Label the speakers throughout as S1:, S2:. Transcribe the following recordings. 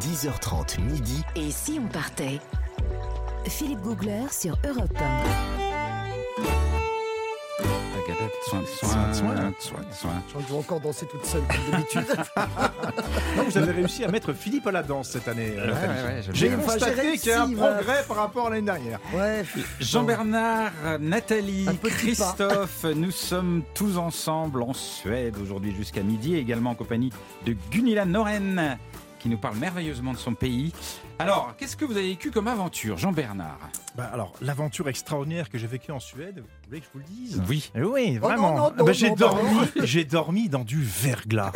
S1: 10h30 midi.
S2: Et si on partait Philippe Googler sur Europe 1.
S3: Soin, soin, soin, soin, soin.
S4: Je crois que je vais encore danser toute seule comme d'habitude.
S5: Non, vous avez réussi à mettre Philippe à la danse cette année. euh,
S3: Ouais,
S5: Nathalie.
S4: Ah
S3: ouais, ouais, j'aime
S5: J'ai
S3: bien.
S4: Enfin, j'ai
S5: constaté
S4: réussi,
S5: qu'il y a un
S4: voilà.
S5: progrès par rapport à l'année dernière.
S4: ouais.
S3: Jean-Bernard, Nathalie,
S4: Un Ah, petit pas.
S3: Christophe, nous sommes tous ensemble en Suède aujourd'hui jusqu'à midi, et également en compagnie de Gunilla Noren, qui nous parle merveilleusement de son pays. Alors, qu'est-ce que vous avez vécu comme aventure, Jean-Bernard
S5: Bah, alors, l'aventure extraordinaire que j'ai vécue en Suède, vous voulez que je vous le dise
S3: Oui.
S5: Eh Oui,
S4: Oh
S5: vraiment.
S4: non, non,
S5: Ah bah,
S4: non,
S5: j'ai
S4: non,
S5: dormi,
S4: pardon.
S5: j'ai dormi dans du verglas.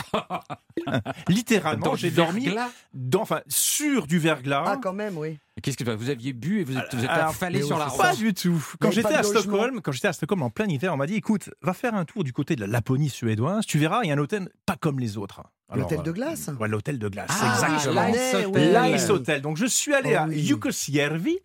S5: Littéralement, j'ai dormi
S3: là
S5: dans, enfin, sur du verglas.
S4: Ah, quand même, oui.
S3: Qu'est-ce que vous aviez bu et vous êtes, vous êtes
S5: Alors,
S3: affalé
S4: mais
S3: sur
S4: oui,
S3: la
S4: c'est
S5: Pas
S3: roche
S5: du tout. Quand
S4: pas
S5: j'étais
S4: de
S5: à
S4: logement.
S5: Stockholm, quand j'étais à Stockholm en plein hiver, on m'a dit écoute, va faire un tour du côté de la Laponie suédoise, tu verras, il y a un hôtel pas comme les autres. Alors,
S4: L'hôtel de
S5: euh,
S4: glace.
S5: Ouais, l'hôtel de glace,
S3: Ah,
S5: exactement.
S3: oui,
S4: L'Ice Hotel.
S3: L'Ice Hotel.
S5: L'Ice Hotel. Donc je suis allé
S4: Oh
S5: à
S4: oui.
S5: Jukkasjärvi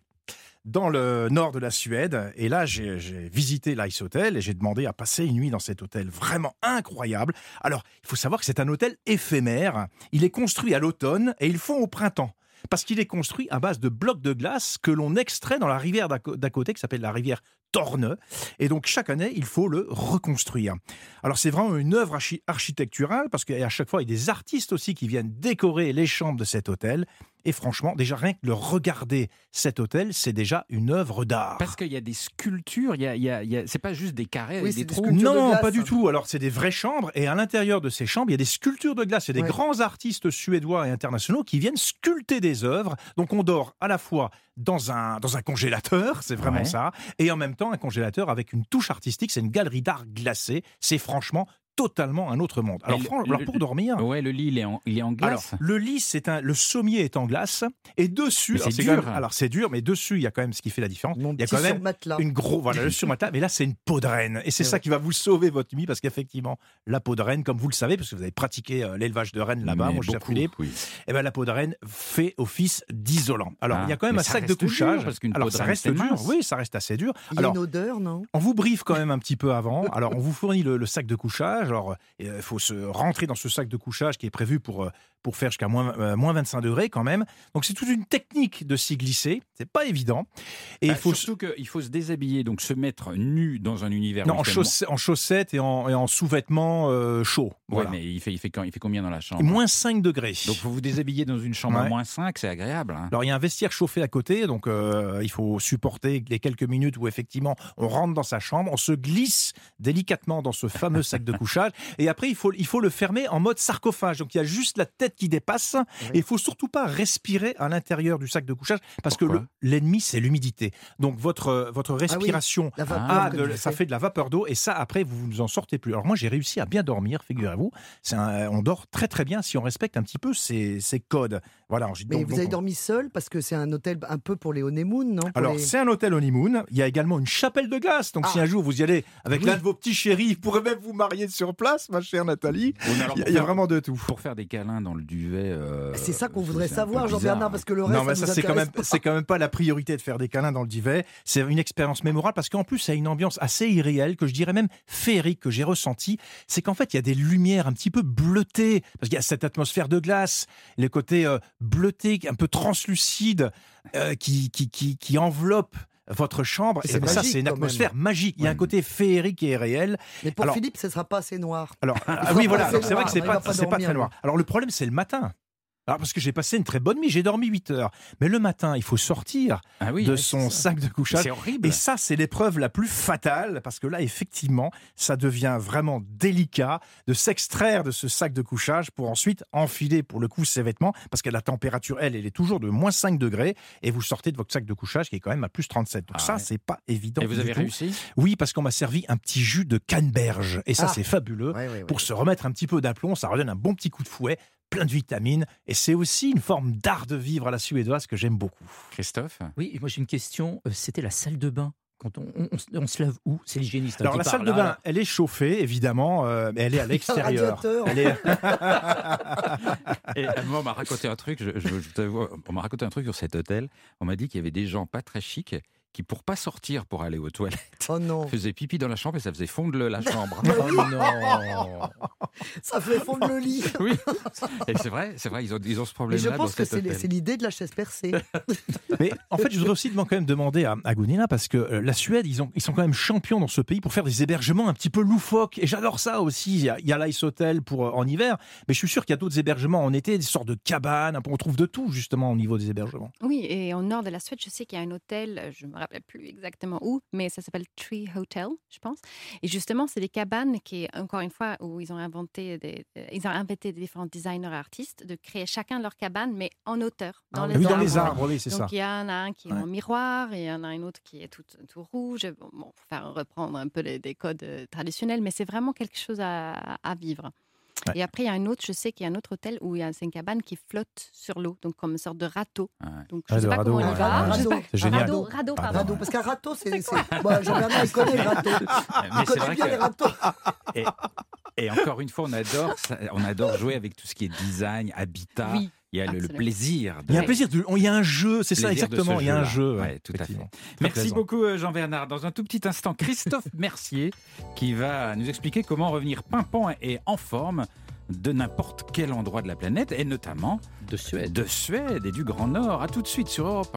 S5: dans le nord de la Suède et là j'ai j'ai visité l'Ice Hotel et j'ai demandé à passer une nuit dans cet hôtel vraiment incroyable. Alors, il faut savoir que c'est un hôtel éphémère, il est construit à l'automne et ils font au printemps. Parce qu'il est construit à base de blocs de glace que l'on extrait dans la rivière d'à co- d'à côté, qui s'appelle la rivière Torne. Et donc, chaque année, il faut le reconstruire. Alors c'est vraiment une œuvre archi- architecturale parce qu'à chaque fois il y a des artistes aussi qui viennent décorer les chambres de cet hôtel. Et franchement, déjà rien que le regarder cet hôtel, c'est déjà une œuvre d'art.
S3: Parce qu'il y a des sculptures, il y a, il y a- il y a- c'est pas juste des carrés
S4: Oui,
S3: avec
S4: c'est
S3: des
S4: des
S3: trous.
S4: sculptures.
S5: Non,
S4: de glace,
S5: pas du
S4: hein.
S5: tout. Alors, c'est des vraies chambres. Et à l'intérieur de ces chambres, il y a des sculptures de glace. Il y a des
S4: Ouais.
S5: grands artistes suédois et internationaux qui viennent sculpter des œuvres. Donc, on dort à la fois dans un, dans un congélateur, c'est vraiment
S3: Ouais.
S5: ça, et en même temps un congélateur avec une touche artistique. C'est une galerie d'art glacée. C'est franchement totalement un autre monde. Alors,
S3: Mais le-
S5: Fran- alors,
S3: le-
S5: pour dormir...
S3: Ouais, le lit, il est en, il est en
S5: Alors,
S3: glace.
S5: le lit, c'est un, le sommier est en glace et dessus,
S3: Mais
S5: alors,
S3: c'est
S5: quand
S3: dur.
S5: même- alors c'est dur, mais dessus, il y a quand même ce qui fait la différence.
S4: Mon
S5: il y a
S4: petit
S5: quand même
S4: surmatelas.
S5: une grosse voilà le surmatin mais là c'est une peau de renne et c'est
S4: Ouais.
S5: ça qui va vous sauver votre nuit parce qu'effectivement la peau de renne comme vous le savez parce que vous avez pratiqué euh, l'élevage de rennes là-bas
S3: Mais
S5: mon cher
S3: beaucoup,
S5: Philippe
S3: oui.
S5: et ben la peau de renne fait office d'isolant alors
S3: Ah,
S5: il y a quand même
S3: mais
S5: un
S3: ça
S5: sac de
S3: reste dur,
S5: couchage
S3: parce qu'une peau
S5: alors
S3: de
S5: ça
S3: renne,
S5: reste
S3: c'est
S5: dur
S3: mince.
S5: oui ça reste assez dur
S4: Il y a
S5: alors
S4: une odeur, non
S5: on vous briefe quand même un petit peu avant. Alors, on vous fournit le, le sac de couchage. Alors, il faut se rentrer dans ce sac de couchage qui est prévu pour, euh, pour faire jusqu'à moins, euh, moins 25 degrés quand même. Donc, c'est toute une technique de s'y glisser. C'est pas évident. Et
S3: Bah,
S5: il faut se-
S3: surtout qu'il faut se déshabiller, donc se mettre nu dans un univers.
S5: Non, en,
S3: justement-
S5: chausse- en chaussettes et en, et en sous-vêtements euh, chauds.
S3: Ouais,
S5: Voilà.
S3: mais il fait, il, fait quand- il fait combien dans la chambre
S5: Moins 5 degrés.
S3: Donc vous vous déshabillez dans une chambre à
S5: Ouais.
S3: moins 5, c'est agréable. hein.
S5: alors il y a un vestiaire chauffé à côté, donc euh, il faut supporter les quelques minutes où effectivement on rentre dans sa chambre, on se glisse délicatement dans ce fameux sac de couchage, et après il faut, il faut le fermer en mode sarcophage, donc il y a juste la tête qui dépasse, et il faut surtout pas respirer à l'intérieur du sac de couchage, parce
S3: Pourquoi Ah
S5: que le- l'ennemi c'est l'humidité. Donc votre, euh, votre respiration
S4: La vapeur
S5: Ah,
S4: que
S5: de-
S4: tu
S5: ça
S4: fais.
S5: fait de la vapeur d'eau et ça après vous vous en sortez plus. Alors moi j'ai réussi à bien dormir, figurez-vous. C'est un- euh, On dort très très bien si on respecte un petit peu ces, ces codes. Voilà. j'ai-
S4: Mais
S5: donc-
S4: vous
S5: donc-
S4: avez dormi seul parce que c'est un hôtel un peu pour les honeymoon, non Pour
S5: Alors
S4: les-
S5: c'est un hôtel honeymoon. Il y a également une chapelle de glace. Donc
S4: Ah.
S5: si un jour vous y allez avec
S4: Oui.
S5: l'un de vos petits chéris, vous pourrez même vous marier sur place, ma chère Nathalie.
S3: Oui, mais alors,
S5: Il y a- il y a vraiment de tout.
S3: Pour faire des câlins dans le duvet. euh,
S4: Bah, C'est ça qu'on
S3: c'est-
S4: voudrait
S3: c'est un
S4: savoir,
S3: peu
S4: Jean-Bernard,
S3: bizarre.
S4: parce que le reste.
S5: Non, mais ça,
S4: nous
S5: c'est quand,
S4: intéresse
S5: même,
S4: pas.
S5: c'est quand même pas la priorité de faire des câlins dans le duvet. C'est une expérience mémorable parce qu'en plus, ça a une ambiance assez irréelle, que je dirais même féerique, que j'ai ressentie. C'est qu'en fait, il y a des lumières un petit peu bleutées, parce qu'il y a cette atmosphère de glace, le côté euh, bleuté, un peu translucide, euh, qui, qui, qui, qui enveloppe votre chambre.
S4: C'est
S5: Et ça,
S4: magique,
S5: c'est une
S4: quand même.
S5: atmosphère magique. Il y a un
S3: Ouais.
S5: côté féerique et réel.
S4: Mais pour
S5: Alors-
S4: Philippe, ce ne sera pas assez noir.
S5: Alors, ah
S4: sera
S5: oui,
S4: pas
S5: voilà.
S4: assez
S5: Donc, C'est vrai
S4: noir,
S5: que c'est
S4: il
S5: pas,
S4: va pas
S5: c'est pas
S4: dormir,
S5: très loin. Alors, le problème, c'est le matin. Alors, parce que j'ai passé une très bonne nuit, j'ai dormi 8 heures. Mais le matin, il faut sortir
S3: Ah oui,
S5: de
S3: ouais,
S5: son
S3: c'est ça.
S5: sac de couchage.
S3: C'est horrible.
S5: Et ça, c'est l'épreuve la plus fatale, parce que là, effectivement, ça devient vraiment délicat de s'extraire de ce sac de couchage pour ensuite enfiler, pour le coup, ses vêtements, parce que la température, elle, elle est toujours de moins 5 degrés, et vous sortez de votre sac de couchage qui est quand même à plus 37. Donc
S3: Ah
S5: ça,
S3: ouais.
S5: c'est pas évident.
S3: Et vous
S5: du
S3: avez
S5: tout.
S3: réussi
S5: Oui, parce qu'on m'a servi un petit jus de canneberge, et ça,
S4: Ah.
S5: c'est fabuleux.
S4: Ouais, ouais, ouais.
S5: Pour se remettre un petit peu d'aplomb, ça redonne un bon petit coup de fouet, plein de vitamines, et c'est aussi une forme d'art de vivre à la suédoise que j'aime beaucoup.
S3: Christophe
S6: Oui, et moi j'ai une question. euh, C'était la salle de bain. Quand on, on- on se- on se lave où C'est l'hygiéniste. hein,
S5: Alors
S6: qui
S5: la salle
S6: parle,
S5: de
S6: hein,
S5: bain, elle est chauffée évidemment, euh, mais elle est à l'extérieur.
S4: radiateur.
S5: Elle est- Ah.
S3: Et moi, on m'a raconté un truc, je, je- je t'avoue, on m'a raconté un truc sur cet hôtel. On m'a dit qu'il y avait des gens pas très chics qui, pour pas sortir pour aller aux toilettes,
S4: Oh non. Bah
S3: faisait pipi dans la chambre et ça faisait fondre le- la chambre.
S6: Oh non
S4: Ça fait fondre le lit.
S3: Oui, et c'est vrai, c'est vrai, ils ont, ils ont ce
S4: Mais je
S3: problème-là dans
S4: pense que
S3: cet
S4: c'est
S3: hôtel.
S4: c'est l'idée de la chaise percée.
S5: Mais en fait, je voudrais aussi quand même demander à, à Gunilla, parce que euh, la Suède, ils, ont, ils sont quand même champions dans ce pays pour faire des hébergements un petit peu loufoques. Et j'adore ça aussi. Il y a, il y a l'Ice Hotel pour, euh, en hiver, mais je suis sûr qu'il y a d'autres hébergements en été, des sortes de cabanes. un peu- On trouve de tout, justement, au niveau des hébergements.
S1: Oui, et au nord de la Suède, je sais qu'il y a un hôtel, euh, je ne me rappelle plus exactement où, mais ça s'appelle Tree Hotel, je pense. Et justement, c'est des cabanes qui, encore une fois, où ils ont inventé des, euh, ils ont inventé des différents designers et artistes de créer chacun leur cabane, mais en hauteur, dans
S4: Ah
S1: les
S5: oui,
S1: arbres.
S5: dans les arbres, oui, c'est ça.
S1: Donc il y en a un qui est
S5: Ouais.
S1: en miroir, et il y en a un autre qui est tout, tout rouge. Bon, bon, pour faire reprendre un peu les- des codes euh, traditionnels, mais c'est vraiment quelque chose à, à vivre.
S5: Ouais.
S1: Et après, il y a un autre, je sais qu'il y a un autre hôtel où il y a c'est une cabane qui flotte sur l'eau, donc comme une sorte de râteau.
S3: Ouais.
S1: Donc je
S5: Ah,
S1: ne sais
S5: le
S1: pas
S5: radeau,
S1: comment il
S5: ouais,
S1: va.
S5: ouais,
S1: je sais
S4: ouais.
S1: pas.
S5: C'est génial.
S1: Radeau, radeau,
S5: Ah,
S1: pardon.
S5: pardon.
S4: Radeau, parce qu'un râteau, c'est. c'est- Bon, Jean-Bernard, il connaît le râteau.
S3: Mais
S4: Il
S3: c'est
S4: connaît
S3: vrai
S4: bien
S3: que-
S4: les râteaux.
S3: Et encore une fois, on adore, ça- on adore jouer avec tout ce qui est design, habitat.
S1: Oui,
S3: Il y a le- le,
S1: absolument.
S3: plaisir. de-
S5: Il y a un plaisir, de- il y a un jeu, c'est ça
S3: Plaisir de ce
S5: exactement, il y a un
S3: jeu-là.
S5: jeu.
S3: Ouais, tout à fait.
S5: effectivement.
S3: Merci
S5: plaisant.
S3: beaucoup euh, Jean-Bernard. Dans un tout petit instant, Christophe Mercier qui va nous expliquer comment revenir pimpant et en forme de n'importe quel endroit de la planète et notamment
S6: De Suède.
S3: de Suède et du Grand Nord. À tout de suite sur Europe.